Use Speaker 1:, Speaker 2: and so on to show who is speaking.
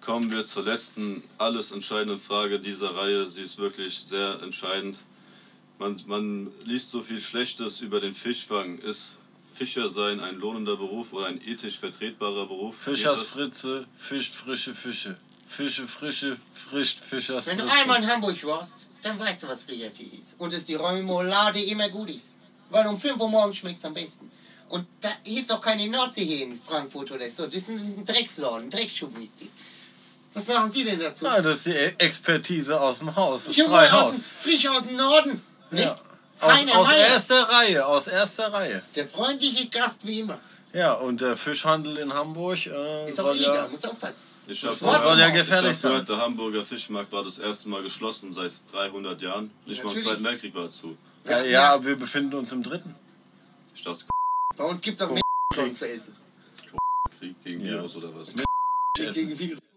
Speaker 1: kommen wir zur letzten, alles entscheidenden Frage dieser Reihe. Sie ist wirklich sehr entscheidend. Man, man liest so viel Schlechtes über den Fischfang. Ist Fischer sein ein lohnender Beruf oder ein ethisch vertretbarer Beruf?
Speaker 2: Fischers
Speaker 1: Geht
Speaker 2: Fritze fischt frische Fische. Fische frische frischt Fischers
Speaker 3: Wenn du
Speaker 2: Fritze.
Speaker 3: einmal in Hamburg warst, dann weißt du, was Friedervieh ist. Und ist die Remoulade immer gut ist. Weil um 5 Uhr morgens schmeckt es am besten. Und da hilft doch keine Nordsee hier in Frankfurt oder so. Das ist ein Drecksladen, ein Dreckschuppen ist das. Was sagen Sie denn dazu?
Speaker 2: Ja, das ist die E- Expertise aus dem Haus. Das
Speaker 3: Junge, aus
Speaker 2: Freihaus.
Speaker 3: dem, frisch aus dem Norden. Ne?
Speaker 2: Ja. Aus,
Speaker 3: Heiner
Speaker 2: aus
Speaker 3: Meier.
Speaker 2: erster Reihe, aus erster Reihe.
Speaker 3: Der freundliche Gast wie immer.
Speaker 2: Ja, und der Fischhandel in Hamburg äh,
Speaker 3: Ist auch
Speaker 2: soll,
Speaker 3: egal,
Speaker 2: ja,
Speaker 3: muss aufpassen.
Speaker 1: Ich habe
Speaker 3: Was?
Speaker 2: soll ja
Speaker 3: Ich
Speaker 2: gefährlich
Speaker 1: ich hab
Speaker 2: sein.
Speaker 1: gehört, der Hamburger Fischmarkt war das erste Mal geschlossen seit 300 Jahren. Nicht mal im
Speaker 3: Natürlich.
Speaker 1: Zweiten Weltkrieg war es zu.
Speaker 2: Ja,
Speaker 3: Ja,
Speaker 2: ja, wir befinden uns im dritten.
Speaker 1: Ich dachte,
Speaker 3: Bei uns gibt's auch
Speaker 2: Oh,
Speaker 3: Milchkron zu essen.
Speaker 1: Krieg gegen
Speaker 2: Ja.
Speaker 1: Virus oder was?
Speaker 2: Essen.
Speaker 3: Gegen Virus.